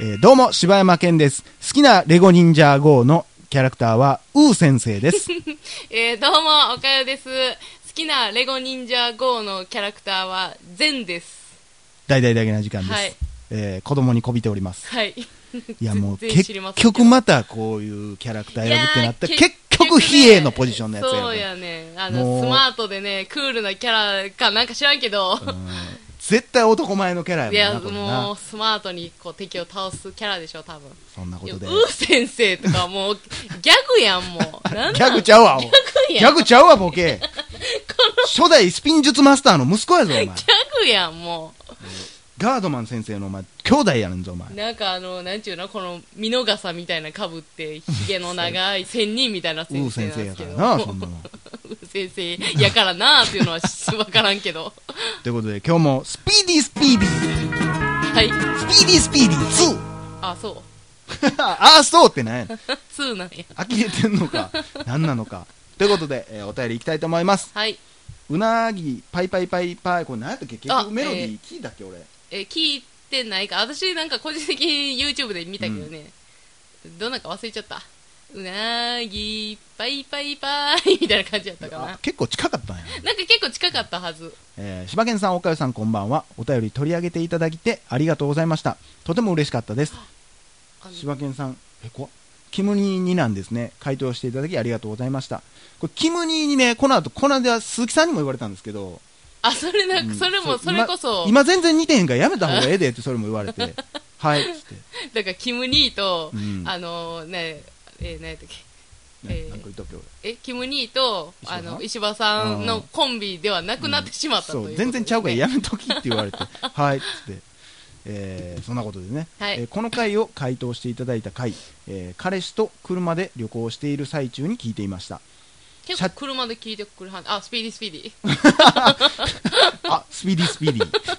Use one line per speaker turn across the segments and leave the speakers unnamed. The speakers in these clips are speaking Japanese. えーどうも、柴山健です。好きなレゴ忍者 GO のキャラクターは、ウー先生 です。
えー、どうも、おかよです。好きなレゴ忍者 GO のキャラクターは、ゼンです。
大々だけな時間です。
はい
えー子供にこびております。
はい。
い や、もう、
全然
結
知りませんけど
局またこういうキャラクター選ぶってなったら、
いや
結
ー
局、
ね
比叡のポジションのやつや
そう
る。
やね。あ
もう
の、スマートでね、クールなキャラかなんか知らんけど、
絶対男前のキャラ
い
やも
や、
んな、これな
もう、スマートにこう敵を倒すキャラでしょ、多分。
そんなこ
いや
と
ウ
で。
ー先生とかもう、 ギャグやん、もう。なん
ギャグち
ゃ
ゃうわ、もう
ギ
ギ
ャ
ャグちゃうわ、ボケ。初代スピン術マスターの息子やぞ、お前。
ギャグやん、も
ガードマン先生のお前、兄弟やねんぞ、お前
う。。なんかあの、なんちゅうの、この、ミノガサみたいなかぶって、ひげの長い仙人みたいな
ウー
先生
先生やか
なんです
ら
けど。
な、そんなもん。
先生やからなっていうのはしわからんけど
ということで、今日も、スピーディースピーディー、
はい
スピーディースピーディー
あそう
2! あー そうってなんやねん。
2なんや
呆れてんのか、何なのか。ということで、えーお便りいきたいと思います。
はいう
なぎ、パイパイパイパイ、これ何やったっけ結
あ
局メロディ
え
ー聞いたっけ、俺。
え聞いてないか私なんか個人的に YouTube で見たけどね、どんなんか忘れちゃったうなぎパイパイパイみ たいな感じやったかな
あ結構近かったんや。
なんか結構近かったはず
えー、柴犬さん、岡かさん、こんばんは。お便り取り上げていただきてありがとうございました。とても嬉しかったです。
あの
柴犬さん、え、こキムニーになんですね。回答していただきありがとうございました。これ、キムニーにね、この後、この間、鈴木さんにも言われたんですけど、
あそれなんか、
うん
それ
そ
も
う
それこそ
今全然似てへんからやめた方がええでって、それも言われ て、はい、つって。
だからキム・ニーと、
うん
あのねえー、何やったっけ
ね
えー
なんか言ったっけ、俺。
えキム・ニーと
石破さ
あ
ん
の石破さんのコンビではなくなってしまったという
そ
こと
う
ですね、
全然ちゃうからやめときって言われてはいっつって、えーそんなことでね、
はい
えーこの回を回答していただいた回、えー彼氏と車で旅行している最中に聞いていました
結構車で聞いてくるはずあスピーディースピーディー
あスピーディースピーデ ィー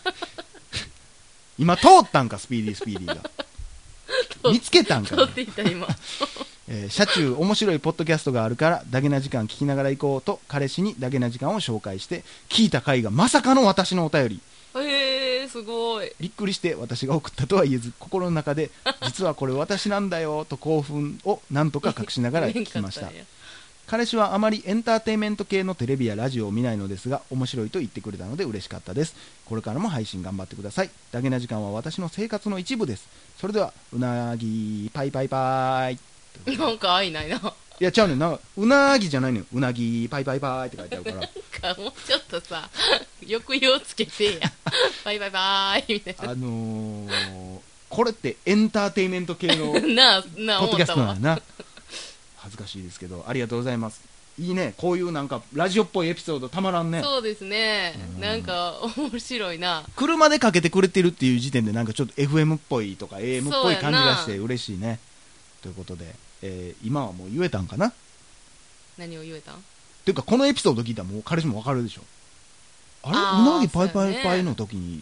今通ったんかスピーディースピーディ ーが見つけたんか
撮
な
っていた今
えー車中面白いポッドキャストがあるからだけな時間聞きながら行こうと彼氏にだけな時間を紹介して聞いた回がまさかの私のお便り
へえー、すごい
びっくりして私が送ったとは言えず心の中 で実はこれ私なんだよと興奮をなんとか隠しな がら聞きました
見えんかっ
彼氏はあまりエンターテインメント系のテレビやラジオを見ないのですが面白いと言ってくれたので嬉しかったですこれからも配信頑張ってくださいダゲな時間は私の生活の一部ですそれではうなぎパイパイパーイ
たんやなんか愛ないなな
い
ん
やちゃうねんなうなぎじゃないのようなぎパイパイパーイって書いてある から
かもうちょっとさ 抑揚つけ てやバイバイバーイみたい
あのー、これってエンターテインメント系 の
ななあな
ポッ
あ思
ド
っ
キャス
た
トな
わ
んやな恥ずかしいですけどありがとうございますいいねこういうなんかラジオっぽいエピソードたまらんね
そうですねなんか面白いな
車でかけてくれてるっていう時点でなんかちょっと FM っぽいとか AM っぽ
そう
い
や
感
な
じがして嬉しいねということで、えー今はもう言えたんかな
何を言えたん
っていうかこのエピソード聞いたらもう彼氏もわかるでしょあれ
あー
うなぎパイパ
そうや
イ
ね
パイの時に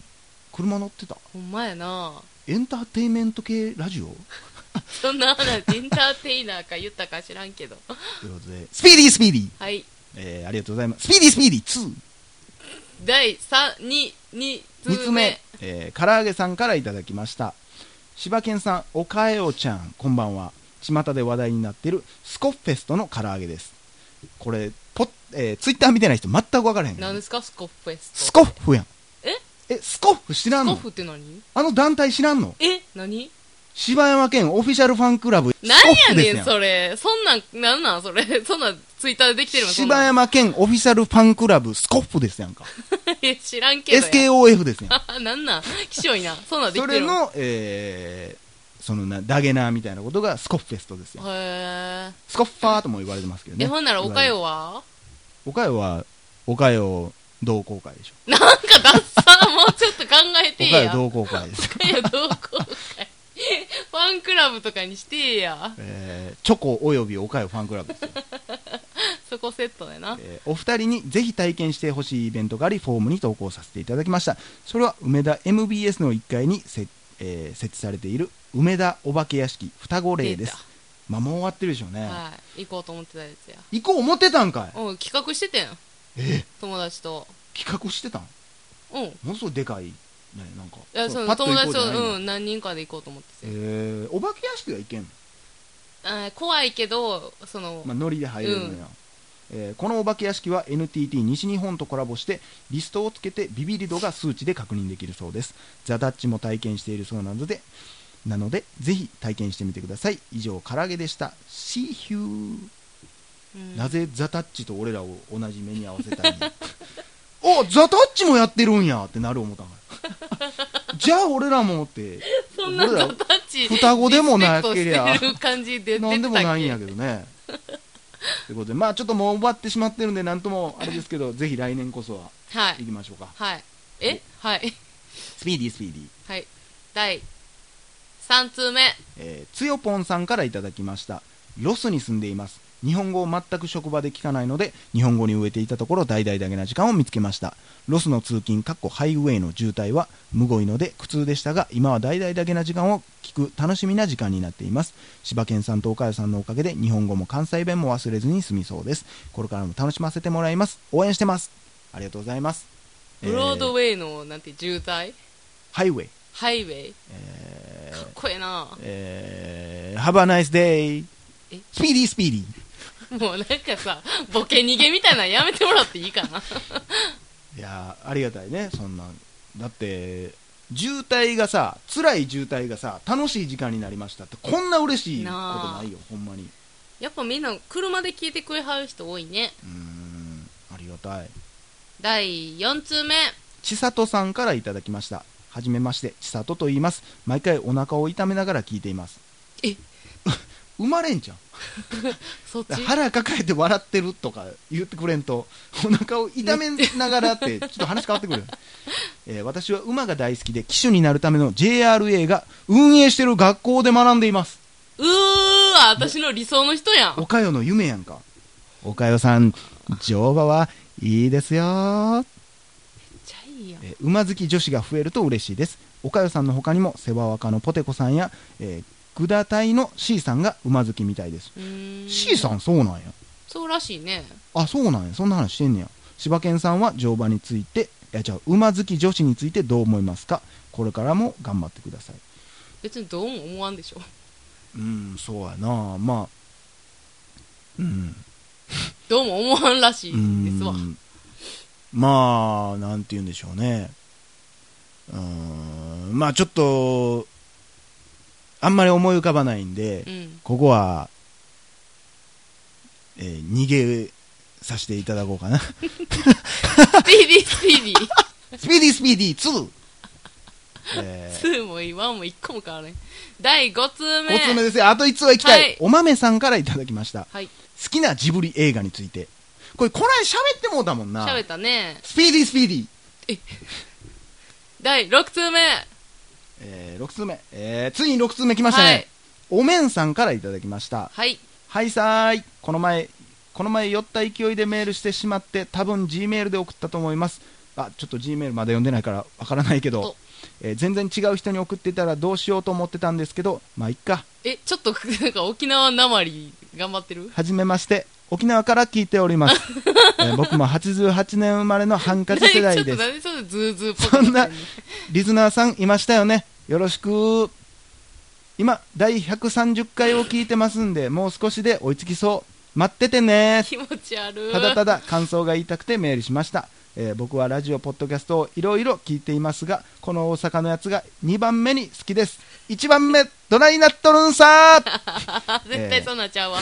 車乗ってた
ほんまやな
エンターテインメント系ラ ジオ
そんな話エンターテイナーか言ったか知らんけど
ということでスピーディースピーディー、
はい
えーありがとうございますスピーディースピーディー2
第32二
三
つ目、
えー、唐揚げさんからいただきました柴犬さんおかえおちゃんこんばんは巷で話題になっているスコッフェストの唐揚げですこれポッ、えー、ツイッター見てない人全く分からへん
何ですかスコッフェスト
スコッフやん
え
えスコッフ知らん
スコ
の
ッフって何
あの団体知らんの
え何
柴山県オフィシャルファンクラブ
なんや
スコッフです
ねん、それ。そんなん、なんなん、それ。 そんなん、ツイッターでできてるのそん
柴
なん。
山県オフィシャルファンクラブスコッフですやんか
え知らん けどや。
SKOF ですやん
あ なんなん、きしょいな。そんなんで
そ
きて
れ
るの。
のえー、そのなダゲナーみたいなことがスコッフェストですよ
へ
スコッファーとも言われてますけど
え。
ね。
え、ほんなら、おか
いわ
よは
ゆる。おかよは、おかよ同好会でしょ。
なんか、ダッサー、もうちょっと考え
お
て
かよ
や。お
同好会です。
かよ、同好会。 ファンクラブとかにしてや。
えーチョコおよびおかよファンクラブですよ、
そこセットだよな。
えーお二人にぜひ体験してほしいイベントがありフォームに投稿させていただきましたそれは梅田 MBS の1階にせ、えー設置されている梅田お化け屋敷双子霊です
出た
まあもう終わってるでしょうね、
はい。行こうと思ってたやつや。
行こう思ってたんかい
うん、企画しててん。
え
友達と。
企画してたん
うん。
ものすごいでかいねなんか
いやそ
パ
の
ッと行
友
こう
達
じゃない
と、うん
だ
ん、何人かで行こうと思ってて、
えーお化け屋敷は行けんの
あー怖いけどその、
まあ、ノリで入れるのよ、えーこのお化け屋敷は NTT 西日本とコラボしてリストをつけてビビリ度が数値で確認できるそうですザ・ダッチも体験しているそうなのでなのでぜひ体験してみてください以上唐揚げでしたシーヒュー
うん
なぜザ・タッチと俺らを同じ目に合わせた いおザ・タッチもやってるんやってなる思 ったんからじゃあ俺らもって
そんな
俺ら
ザタッチ
双子でもなけりゃ
リスペクトしてる感じで出てた
な
っけ
んでもないんやけどね。 ということで、まあちょっともう終わってしまってるんで、なんともあれですけど、ぜひ来年こそは
は
行
い
きましょうか。
はいえはい
スピーディースピーディー。
はい第3通目
えー、つよぽんさんからいただきました。ロスに住んでいます。日本語を全く職場で聞かないので、日本語に植えていたところ、大々だけな時間を見つけました。ロスの通勤、かっこハイウェイの渋滞は、むごいので苦痛でしたが、今は大々だけな時間を聞く楽しみな時間になっています。柴犬さんと岡谷さんのおかげで、日本語も関西弁も忘れずに済みそうです。これからも楽しませてもらいます。応援してます。ありがとうございます。
ブロードウ
ェイ。
ェイのなんて渋滞
ハイウェイ。
ハイウェイ
えー
かっこええな
えー、Have a nice day!
え
スピーディースピーディー
もうなんかさボケ逃げみたいなのやめてもらっていいか な
いやーありがたいねそんなんだって渋滞がさ辛い渋滞がさ楽しい時間になりましたってこんな嬉しいことないよほんまに
やっぱみんな車で聞いてくれはる人多いね
うーんありがたい
第4通目
千里さんからいただきましたはじめまして千里と言います毎回お腹を痛めながら聞いています
え
生まれんじゃん
そっち
腹抱えて笑ってるとか言ってくれんと お腹を痛めながらってちょっと話変わってくる、えー私は馬が大好きで騎手になるための JRA が運営してる学校で学んでいます
うーわ私の理想の人やん
おかよの夢やんかおかよさん乗馬はいいですよ
ちゃいいやん
えー馬好き女子が増えると嬉しいです岡代さんの他にも世話若のポテコさんや、えー、グダタイの C さんが馬好きみたいです、
うーん
C さんそうなんや
そうらしいね
あそうなんやそんな話してんねや柴犬さんは乗馬についていやじゃあ馬好き女子についてどう思いますかこれからも頑張ってください
別にどうも思わんでしょ
うんそうやなまあうん
どうも思わんらし
う
いですわ
んまあなんて言うんでしょうねうんまあちょっとあんまり思い浮かばないんで、
うん
ここは、えー逃げさせていただこうかな
スピーディースピーディー
スピーディースピーディー2、えー
2も1も1個も変わらない第5通目
おつめですよ。あと1つは行きたい,、
はい
お豆さんからいただきました。
はい
好きなジブリ映画について。これ、こない喋ってもうたもんな。
喋ったね
スピーディースピーディー。
第6通目
えー、6通目。えー、ついに6通目来ましたね。
はい
おめんさんからいただきました。
はい
はいさーい。この前、この前酔った勢いでメールしてしまって、多分 G メールで送ったと思います。あ、ちょっと G メールまだ読んでないからわからないけど
お、
えー全然違う人に送ってたらどうしようと思ってたんですけど、まあ、いっか。
えちょっと なんか沖縄なまり頑張ってる
はじめまして、沖縄から聞いており ます。えー僕も88年生まれのハンカチ世代
ちょ
で
っと
す。
なんでちょっとズーズーっぽ
そ
く
ん
なっ
な
てんの、
リスナーさんいましたよね。よろしく。今、第130回を聞いてますんで、もう少しで追いつきそう。待っててね。
気持ち悪い
ただただ感想が言いたくてメールしました。えー僕はラジオ、ポッドキャストをいろいろ聞いていますが、この大阪のやつが2番目に好きです。1番目、どないなっとるんさー
絶対そんなんちゃうわ、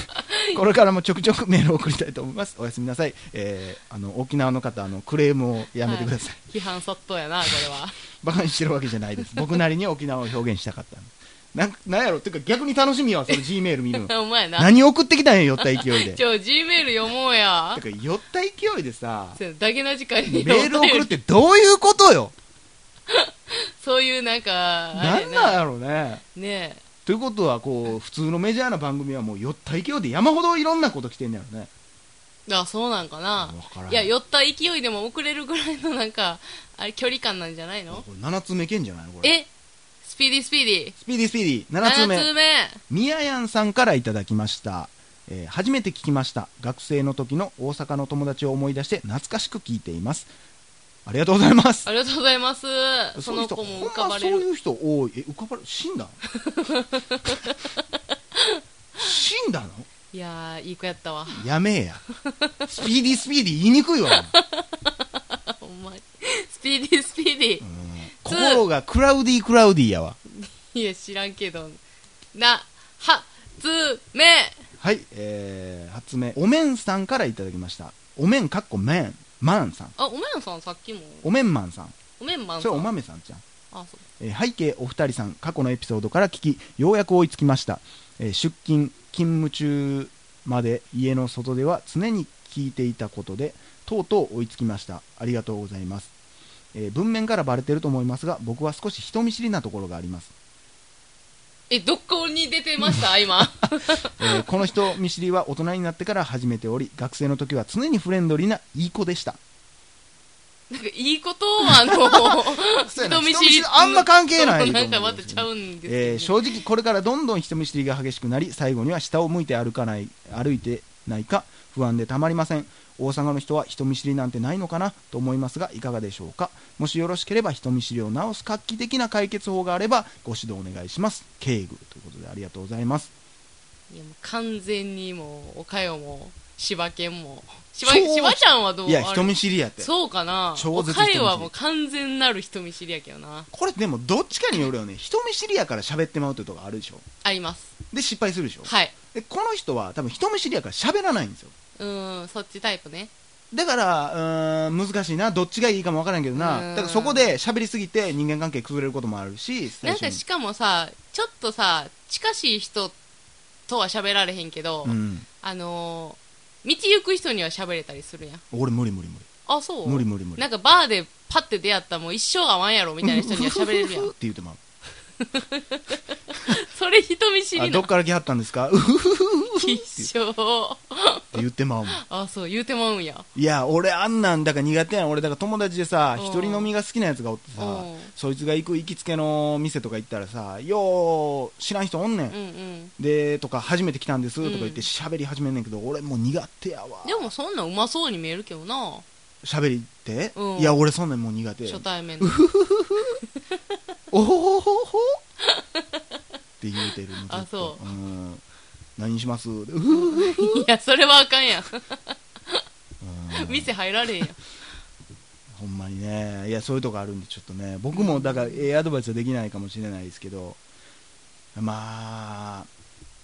これからもちょくちょくメールを送りたいと思います。おやすみなさい。えーあの沖縄の方あのクレームをやめてください。
批判殺到やなこれは
バカにしてるわけじゃないです。僕なりに沖縄を表現したかったんでなんなんやろっていうか逆に楽しみやわその G メール見るの。
お前 な
何送ってきたんや酔った勢いで。て
ちょ G メール読もうや
か酔った勢いで さ
そうだけな時間
メ
に
ール送るってどういうことよ。
そういうなんかあ
な
れ
ん
ね
なんやろね。
ねえ
ということはこう普通のメジャーな番組はもう酔った勢いで山ほどいろんなこと来てんねやろね。
あそうなんかな
わからん
いや酔った勢いでも遅れるぐらいのなんかあれ距離感なんじゃないの
これ7つ目いけんじゃないのこれ。
えスピーディースピーディー
スピーディースピーディー7
7
つ目
つ目。
みややんさんからいただきました、えー初めて聞きました学生の時の大阪の友達を思い出して懐かしく聞いていますありがとうございます
ありがとうございますそ
そういう
の
人
子も
ほん
浮かば
ま
れ
そう
る
いう人多いえ浮かばれ死 んだの死んだの
いやーいい子やったわ
やめえやスピーディースピーディー言いにくいわ
ほんまにスピーディースピーディー
お前うん心がクラウディークラウディーやわ
いや知らんけどなはつめ
はい、えー、発明お面さんからいただきましたお面かっこめんマンさん
あおめんさんさっきも
お面マンさん
おめんまん
それ
さん
はお豆さんじゃん
あそう
えー背景お二人さん過去のエピソードから聞きようやく追いつきました、えー出勤勤務中まで家の外では常に聞いていたことでとうとう追いつきましたありがとうございます、えー文面からバレてると思いますが僕は少し人見知りなところがあります、
えどこに出てました今
えーこの人見知りは大人になってから始めており学生の時は常にフレンドリーないい子でした
なんかいいことはあの
そうやな
人見知
人見
り
知りあんま関係ないと思
な
うん
んかまたちゃうんです
えー
けどね
正直これからどんどん人見知りが激しくなり最後には下を向いて歩かない歩いてないか不安でたまりません大阪の人は人見知りなんてないのかなと思いますがいかがでしょうかもしよろしければ人見知りを直す画期的な解決法があればご指導お願いします敬具ということでありがとうございます
いやもう完全にもうおかよも柴犬も柴
そう
柴ちゃんはどう
いや
あれ
人見知りやって
そうかな
超
お
絶
かよはもう完全なる人見知りやけどな
これでもどっちかによるよね人見知りやから喋ってまうってとこあるでしょ
あります
で失敗するでしょ、
はい
でこの人は多分人見知りやから喋らないんですよ
うーんそっちタイプね
だからうーん難しいなどっちがいいかも分からんけどな
うーん
だからそこで喋りすぎて人間関係崩れることもあるし最
なん
初
か
に
しかもさちょっとさ近しい人とは喋られへんけど、
うん、
あのー道行く人には喋れたりするやん
俺無理無理無理
あそう
無理無理無理
なんかバーでパッて出会ったらもう一生会わんやろみたいな人には喋れるや
うふふふふっ
ん
て言うてまう
それ人見知
あ
り
ど
な
っから来はったんですかうふふふふふって
一生
言ってまうもん
あそう言うてまうんや
いや俺あんなんだから苦手やん俺だから友達でさ
うん
一人飲みが好きなやつがおってさ
うん
そいつが行く行きつけの店とか行ったらさよう知らん人おんねん、
うんうん
でとか初めて来たんですとか言っ
うん
て喋り始めんねんけど、俺もう苦手やわ
でもそんなんうまそうに見えるけどな
喋りって、
うん
いや俺そんなんもう苦手
初対面 の
おほほほほ って言うてるのずっと、
あそう
ん、何し ますうふふふ
いやそれはあかんやん
うん
店入られへんやん
ほんまにねいやそういうとこあるんでちょっとね僕もだからええアドバイスはできないかもしれないですけどまあ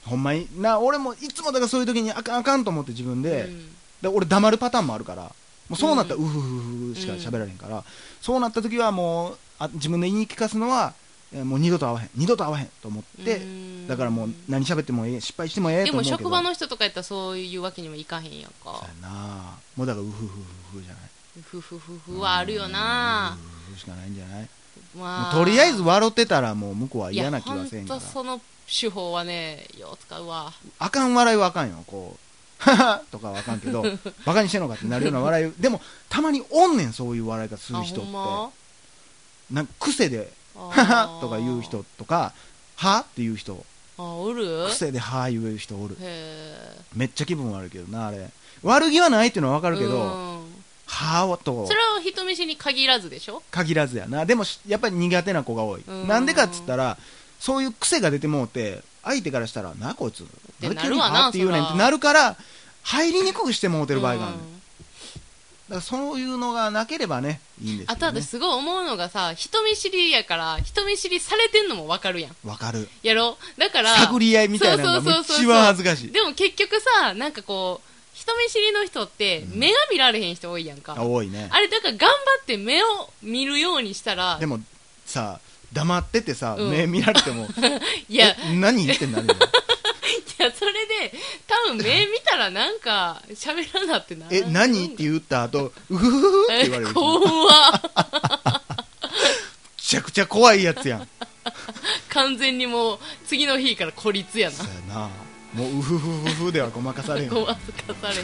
ほんまにな俺もいつもだからそういう時にあかんあかんと思って自分で、
うん
だ俺黙るパターンもあるからもうそうなったら
う
うふふふしか喋られへんから、そうなった時はもうあ自分で言い聞かすのはえもう二度と会わへん二度と会わへんと思って
うん
だからもう何喋ってもええ失敗してもええ
で
と思
も
うけど
職場の人とかやったらそういうわけにもいかへんやん
そう
か
やなもうだからうふふふふじゃない
ふふふふはあるよな
うふふふしかないんじゃないも
ま
うとりあえず笑ってたらもう向こうは嫌な気はせんか
いやほんと
ら
その手法はねよう使うわ
あかん笑いはあかんよこうははとかはあかんけどバカにしてんのかってなるような笑いでもたまにおんねんそういう笑い方す
あ
る人
ほ
って
んま
なんか癖で「は
あ
は
ー」
とか言う人とか「は?」って言う人
あおるへ
癖で「は」言う人おる
え
めっちゃ気分悪いけどなあれ悪気はないっていうのはわか
あ
るけど「は」と
それは人見知りに限らずでしょ
限らずやなでもしやっぱり苦手な子が多い
うん
なんでかっつったらそういう癖が出てもうて相手からしたら「なこいつ
て
何
な
急
る
に
わな
は」って言うねんっ
そ
て
ら
なるから入りにくくしてもうてる場合がある、
うん
ねん、だからそういうのがなければねいいんです
あ
け
と
ど、ね、
私すごい思うのがさ人見知りやから人見知りされてんのもわかるやん
わかる
やろだから
探り合いみたいなの
そう
が
そうそうそう
一番恥ずかしい
でも結局さなんかこう人見知りの人って
うん
目が見られへん人多いやんか、
あ多いね
あれだから頑張って目を見るようにしたら
でもさ黙っててさ、
うん
目見られても
いやい
え何ってなるよ
やそれで多分目見たらなんか喋らなってな
え何って言った後うふふふって言われる
え
め
怖っ
ちゃくちゃ怖いやつやん
完全にもう次の日から孤立やな
そうやなもううふふふふではごまかされん
ごまかされ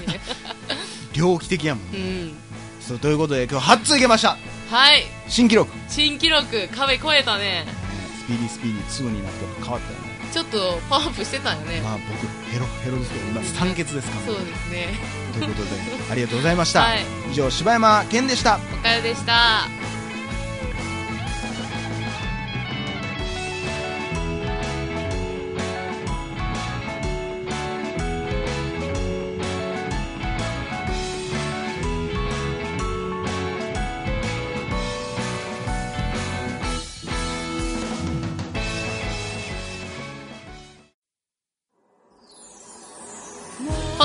猟奇的やもん、
へんうん
そうということで今日8ついけました
はい
新記録
新記録壁越えたね
スピーディースピーディー2になって変わったよね
ちょっとパワーアップしてたんよね、
まあ僕ヘロヘロですけど今酸欠ですか
そう
ら、
ですね
ということでありがとうございました、
はい
以上柴山健でした
おかよでしたポ